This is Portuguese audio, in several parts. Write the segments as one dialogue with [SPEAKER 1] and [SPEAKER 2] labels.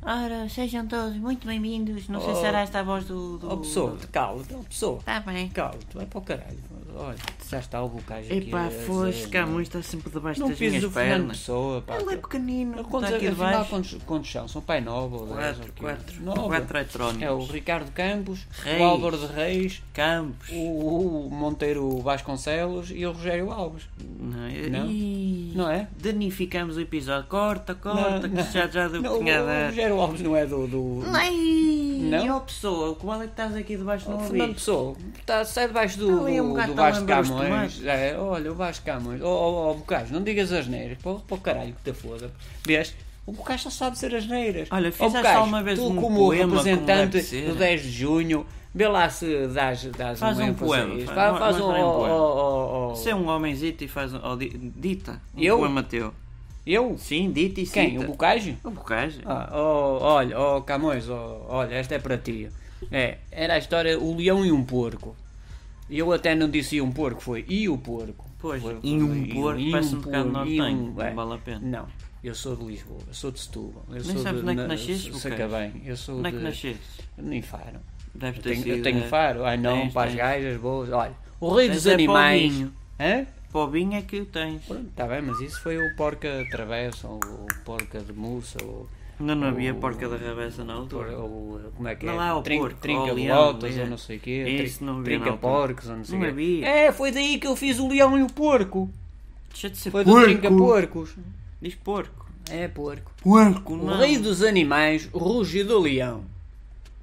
[SPEAKER 1] Ora, sejam todos muito bem-vindos. Não sei
[SPEAKER 2] Oh,
[SPEAKER 1] se será esta a voz do. do...
[SPEAKER 2] Ó pessoa, te cala-te, ó pessoa.
[SPEAKER 1] Está bem.
[SPEAKER 2] Cala-te, vai para o caralho. Olha, já está o bocage aqui.
[SPEAKER 1] Epá,
[SPEAKER 2] a dizer,
[SPEAKER 1] foste, cá, a
[SPEAKER 2] não- é?
[SPEAKER 1] mãe está sempre debaixo
[SPEAKER 2] Não
[SPEAKER 1] das
[SPEAKER 2] fiz o
[SPEAKER 1] minhas
[SPEAKER 2] Fernando
[SPEAKER 1] pernas.
[SPEAKER 2] Pessoa, pá.
[SPEAKER 1] Ele é pequenino,
[SPEAKER 2] Quantos,
[SPEAKER 1] está aqui
[SPEAKER 2] afinal,
[SPEAKER 1] debaixo.
[SPEAKER 2] quantos, quantos são? São pai nove ou dez?
[SPEAKER 1] Quatro,
[SPEAKER 2] ou quê?
[SPEAKER 1] quatro.
[SPEAKER 2] Nove.
[SPEAKER 1] Quatro eletrónicos.
[SPEAKER 2] É o Ricardo Campos,
[SPEAKER 1] Reis.
[SPEAKER 2] o Álvaro de Reis,
[SPEAKER 1] Campos.
[SPEAKER 2] o, o Monteiro Vasconcelos e o Rogério Alves.
[SPEAKER 1] Não, e-
[SPEAKER 2] Não?
[SPEAKER 1] e-
[SPEAKER 2] Não é?
[SPEAKER 1] Danificamos o episódio. Corta, corta, que
[SPEAKER 2] Não, não.
[SPEAKER 1] já já deu o que
[SPEAKER 2] Não,
[SPEAKER 1] tinha a
[SPEAKER 2] o
[SPEAKER 1] dar.
[SPEAKER 2] Rogério Alves não é do... do...
[SPEAKER 1] Ai,
[SPEAKER 2] Não?
[SPEAKER 1] E ó pessoa, como é que estás aqui debaixo
[SPEAKER 2] O
[SPEAKER 1] não
[SPEAKER 2] Fernando
[SPEAKER 1] ouvis?
[SPEAKER 2] Pessoa, tá, sai debaixo do,
[SPEAKER 1] Tá ali um
[SPEAKER 2] do,
[SPEAKER 1] gato
[SPEAKER 2] do
[SPEAKER 1] a
[SPEAKER 2] Vasco
[SPEAKER 1] lamber os
[SPEAKER 2] Camões.
[SPEAKER 1] tomates.
[SPEAKER 2] É, olha, o Vasco Camões. Ó, oh, Bocage, não digas asneiras. Pô, pô, caralho, que te foda. Vês? O Bocage só sabe ser asneiras.
[SPEAKER 1] Olha,
[SPEAKER 2] Ó,
[SPEAKER 1] fizeste
[SPEAKER 2] Bocage,
[SPEAKER 1] alguma vez
[SPEAKER 2] tu,
[SPEAKER 1] um
[SPEAKER 2] como
[SPEAKER 1] poema, como deve
[SPEAKER 2] representante
[SPEAKER 1] ser? né?
[SPEAKER 2] do 10 de junho, vê lá se dás, dás
[SPEAKER 1] Faz um
[SPEAKER 2] ênfase a
[SPEAKER 1] poema,
[SPEAKER 2] isto.
[SPEAKER 1] faz-
[SPEAKER 2] Faz,
[SPEAKER 1] mas-
[SPEAKER 2] faz
[SPEAKER 1] mas
[SPEAKER 2] um...
[SPEAKER 1] vai um
[SPEAKER 2] ó,
[SPEAKER 1] poema.
[SPEAKER 2] ó, ó, ó.
[SPEAKER 1] Você é um homenzito e faz. um- ó, di- dita. Um
[SPEAKER 2] Eu?
[SPEAKER 1] poema teu.
[SPEAKER 2] Eu?
[SPEAKER 1] Sim, dita e
[SPEAKER 2] Quem?
[SPEAKER 1] cita.
[SPEAKER 2] O Bocage?
[SPEAKER 1] O Bocage.
[SPEAKER 2] Ah, oh, olha, oh, Camões, oh, olha, esta é para ti. É, era a história O Leão e um Porco. E Eu até não disse e um porco, foi e o porco.
[SPEAKER 1] Pois,
[SPEAKER 2] Foi-
[SPEAKER 1] e um
[SPEAKER 2] e
[SPEAKER 1] porco,
[SPEAKER 2] e
[SPEAKER 1] parece um bocado
[SPEAKER 2] porco,
[SPEAKER 1] nortenho,
[SPEAKER 2] e é.
[SPEAKER 1] não vale a pena.
[SPEAKER 2] Não, eu sou de Lisboa, eu sou de Setúbal. Eu
[SPEAKER 1] Nem
[SPEAKER 2] sou
[SPEAKER 1] sabes
[SPEAKER 2] de,
[SPEAKER 1] onde é que
[SPEAKER 2] na-
[SPEAKER 1] nasceste,
[SPEAKER 2] se- se
[SPEAKER 1] Bocage.
[SPEAKER 2] acabem, eu sou
[SPEAKER 1] Onde é que
[SPEAKER 2] de-
[SPEAKER 1] nasceste?
[SPEAKER 2] Em Faro.
[SPEAKER 1] Deve
[SPEAKER 2] Eu
[SPEAKER 1] ter
[SPEAKER 2] tenho,
[SPEAKER 1] sido.
[SPEAKER 2] eu tenho
[SPEAKER 1] é,
[SPEAKER 2] Faro, ai não,
[SPEAKER 1] tens,
[SPEAKER 2] para as
[SPEAKER 1] tens.
[SPEAKER 2] gajas boas. Olha, o rei
[SPEAKER 1] Tens
[SPEAKER 2] dos
[SPEAKER 1] é
[SPEAKER 2] animais.
[SPEAKER 1] Paulinho.
[SPEAKER 2] Hã?
[SPEAKER 1] Pobinho é que tens.
[SPEAKER 2] Pronto, está bem, mas isso foi o porca travessa, ou o porca de mussa, ou.
[SPEAKER 1] Ainda não havia
[SPEAKER 2] ou-
[SPEAKER 1] porca da rabeça na altura.
[SPEAKER 2] ou, ou, como é que
[SPEAKER 1] Não
[SPEAKER 2] é?
[SPEAKER 1] lá o porco,
[SPEAKER 2] trinca
[SPEAKER 1] ao leão,
[SPEAKER 2] bolotas
[SPEAKER 1] é.
[SPEAKER 2] ou não sei o quê.
[SPEAKER 1] Isso
[SPEAKER 2] tri-
[SPEAKER 1] não havia na
[SPEAKER 2] trinca
[SPEAKER 1] altura.
[SPEAKER 2] porcos ou não sei o
[SPEAKER 1] Não
[SPEAKER 2] quê.
[SPEAKER 1] havia.
[SPEAKER 2] É, foi daí que eu fiz o leão e o porco.
[SPEAKER 1] Deixa de ser
[SPEAKER 2] Foi do trinca
[SPEAKER 1] porco.
[SPEAKER 2] porcos.
[SPEAKER 1] Diz porco.
[SPEAKER 2] É porco.
[SPEAKER 1] Porco,
[SPEAKER 2] O
[SPEAKER 1] não.
[SPEAKER 2] rei dos animais ruge do leão.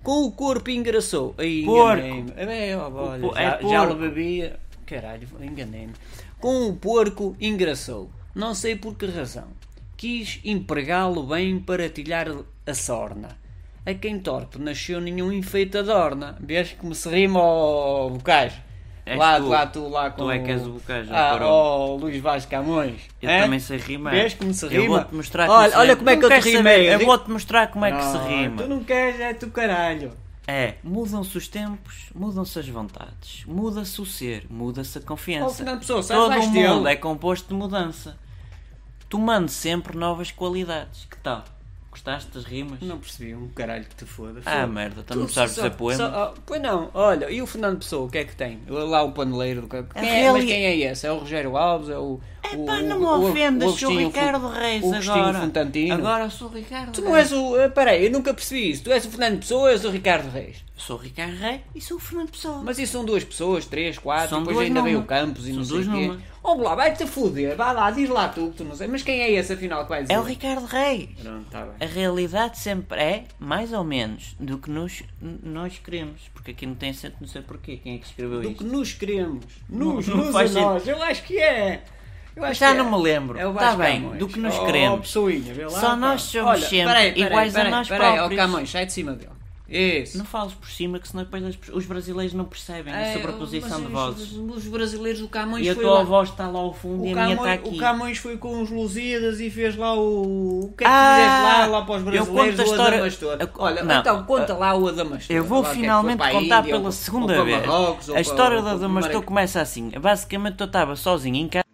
[SPEAKER 2] Com o corpo engraçou. Ai,
[SPEAKER 1] Porco.
[SPEAKER 2] enganei-me. É, ó, olha,
[SPEAKER 1] po- é
[SPEAKER 2] já, já o
[SPEAKER 1] porco.
[SPEAKER 2] bebia. Caralho, enganei-me. Com o porco engraçou. Não sei por que razão. Quis empregá-lo bem para tilhar a sorna. A quem torpe nasceu nenhum enfeite adorna. Vês que me se rima ao bocage.
[SPEAKER 1] És
[SPEAKER 2] Lá
[SPEAKER 1] tu.
[SPEAKER 2] tu, lá tu, lá com
[SPEAKER 1] é que és o Bocage, já
[SPEAKER 2] Ah,
[SPEAKER 1] parou.
[SPEAKER 2] ó, Luís Vaz Camões.
[SPEAKER 1] Eu
[SPEAKER 2] Hã?
[SPEAKER 1] também sei rimar.
[SPEAKER 2] É? Vês como se
[SPEAKER 1] Eu
[SPEAKER 2] rima?
[SPEAKER 1] vou-te mostrar
[SPEAKER 2] Olha,
[SPEAKER 1] se
[SPEAKER 2] olha
[SPEAKER 1] rima.
[SPEAKER 2] como é
[SPEAKER 1] Não
[SPEAKER 2] que eu
[SPEAKER 1] queres
[SPEAKER 2] te rimei,
[SPEAKER 1] saber,
[SPEAKER 2] eu
[SPEAKER 1] Eu
[SPEAKER 2] digo-
[SPEAKER 1] vou-te mostrar como é que se
[SPEAKER 2] Não, Tu
[SPEAKER 1] rima.
[SPEAKER 2] não queres, é tu caralho.
[SPEAKER 1] É, mudam-se os tempos, mudam-se as vontades, muda-se o ser, muda-se a
[SPEAKER 2] Ó,
[SPEAKER 1] confiança.
[SPEAKER 2] Fernando Pessoa, sai
[SPEAKER 1] Todo o
[SPEAKER 2] debaixo
[SPEAKER 1] mundo é
[SPEAKER 2] dele.
[SPEAKER 1] composto de mudança, tomando sempre novas qualidades. Que tal? Gostaste das rimas?
[SPEAKER 2] Não percebi um caralho que te foda.
[SPEAKER 1] Ah,
[SPEAKER 2] Foda.
[SPEAKER 1] merda, tu
[SPEAKER 2] Tu
[SPEAKER 1] não sabes
[SPEAKER 2] só-
[SPEAKER 1] dizer poema?
[SPEAKER 2] só- oh, pois não, olha, e o Fernando Pessoa, o que é que tem? Lá o paneleiro do ca- quem é,
[SPEAKER 1] reali-
[SPEAKER 2] Mas quem é esse? É o Rogério Alves? É o. o-
[SPEAKER 1] Epá,
[SPEAKER 2] o-
[SPEAKER 1] não me
[SPEAKER 2] o-
[SPEAKER 1] ofendas,
[SPEAKER 2] o
[SPEAKER 1] sou o
[SPEAKER 2] Agostinho
[SPEAKER 1] Ricardo
[SPEAKER 2] Fu-
[SPEAKER 1] Reis
[SPEAKER 2] o Agostinho
[SPEAKER 1] agora.
[SPEAKER 2] Fontantino.
[SPEAKER 1] Agora sou o Ricardo
[SPEAKER 2] Tu
[SPEAKER 1] Reis.
[SPEAKER 2] não és o. eh, Peraí, eu nunca percebi isso. Tu és o Fernando Pessoa ou és o Ricardo Reis?
[SPEAKER 1] Sou o Ricardo Reis e sou o Fernando Pessoa.
[SPEAKER 2] Mas isso são duas pessoas, três, quatro,
[SPEAKER 1] São
[SPEAKER 2] depois
[SPEAKER 1] duas
[SPEAKER 2] ainda vem
[SPEAKER 1] numa.
[SPEAKER 2] o Campos e
[SPEAKER 1] São
[SPEAKER 2] não
[SPEAKER 1] duas
[SPEAKER 2] sei o
[SPEAKER 1] numa.
[SPEAKER 2] quê. Oh, Blá, vai-te foder, vai lá, diz lá tu que tu não sei. Mas quem é esse afinal que vai dizer?
[SPEAKER 1] É o É Ricardo Reis.
[SPEAKER 2] Pronto, tá bem.
[SPEAKER 1] A realidade sempre é, mais ou menos, do que nos, n- nós queremos. Porque aqui não tem acento, não sei porquê. Quem é que escreveu
[SPEAKER 2] Do
[SPEAKER 1] isto?
[SPEAKER 2] que nos queremos. Nos,
[SPEAKER 1] Não- não
[SPEAKER 2] nos
[SPEAKER 1] faz
[SPEAKER 2] a nós. Eu acho que é. Eu acho
[SPEAKER 1] Já
[SPEAKER 2] que
[SPEAKER 1] não
[SPEAKER 2] é.
[SPEAKER 1] me lembro.
[SPEAKER 2] É o
[SPEAKER 1] Tá
[SPEAKER 2] Vasco
[SPEAKER 1] bem,
[SPEAKER 2] Camões.
[SPEAKER 1] do que nos
[SPEAKER 2] Oh,
[SPEAKER 1] queremos.
[SPEAKER 2] oh, pessoinha, vê lá,
[SPEAKER 1] Só
[SPEAKER 2] pá.
[SPEAKER 1] nós somos sempre iguais a nós
[SPEAKER 2] peraí,
[SPEAKER 1] próprios.
[SPEAKER 2] ó Camões, sai de cima dele. Isso.
[SPEAKER 1] Não fales por cima, que senão depois as- os brasileiros não percebem a sobreposição de vozes.
[SPEAKER 2] É, Os brasileiros do Camões
[SPEAKER 1] E a
[SPEAKER 2] foi
[SPEAKER 1] tua
[SPEAKER 2] lá.
[SPEAKER 1] voz está lá ao fundo e
[SPEAKER 2] O
[SPEAKER 1] a minha
[SPEAKER 2] Camões,
[SPEAKER 1] está aqui.
[SPEAKER 2] o Camões foi com os Lusíadas e fez lá o. O que é que
[SPEAKER 1] Ah,
[SPEAKER 2] fizeste lá, lá para os
[SPEAKER 1] eu
[SPEAKER 2] brasileiros?
[SPEAKER 1] conto a
[SPEAKER 2] o
[SPEAKER 1] história-
[SPEAKER 2] Adamastor.
[SPEAKER 1] eu-
[SPEAKER 2] Olha,
[SPEAKER 1] não,
[SPEAKER 2] então conta
[SPEAKER 1] eu-
[SPEAKER 2] lá o Adamastor.
[SPEAKER 1] Eu vou
[SPEAKER 2] lá o que é que foi
[SPEAKER 1] finalmente
[SPEAKER 2] para a
[SPEAKER 1] contar
[SPEAKER 2] Índia, ou
[SPEAKER 1] pela
[SPEAKER 2] para-
[SPEAKER 1] segunda
[SPEAKER 2] ou para
[SPEAKER 1] vez.
[SPEAKER 2] Marrocos,
[SPEAKER 1] a
[SPEAKER 2] ou para-
[SPEAKER 1] história
[SPEAKER 2] ou
[SPEAKER 1] da
[SPEAKER 2] para
[SPEAKER 1] Damastor
[SPEAKER 2] Marrocos.
[SPEAKER 1] começa assim. Basicamente eu estava sozinho em casa.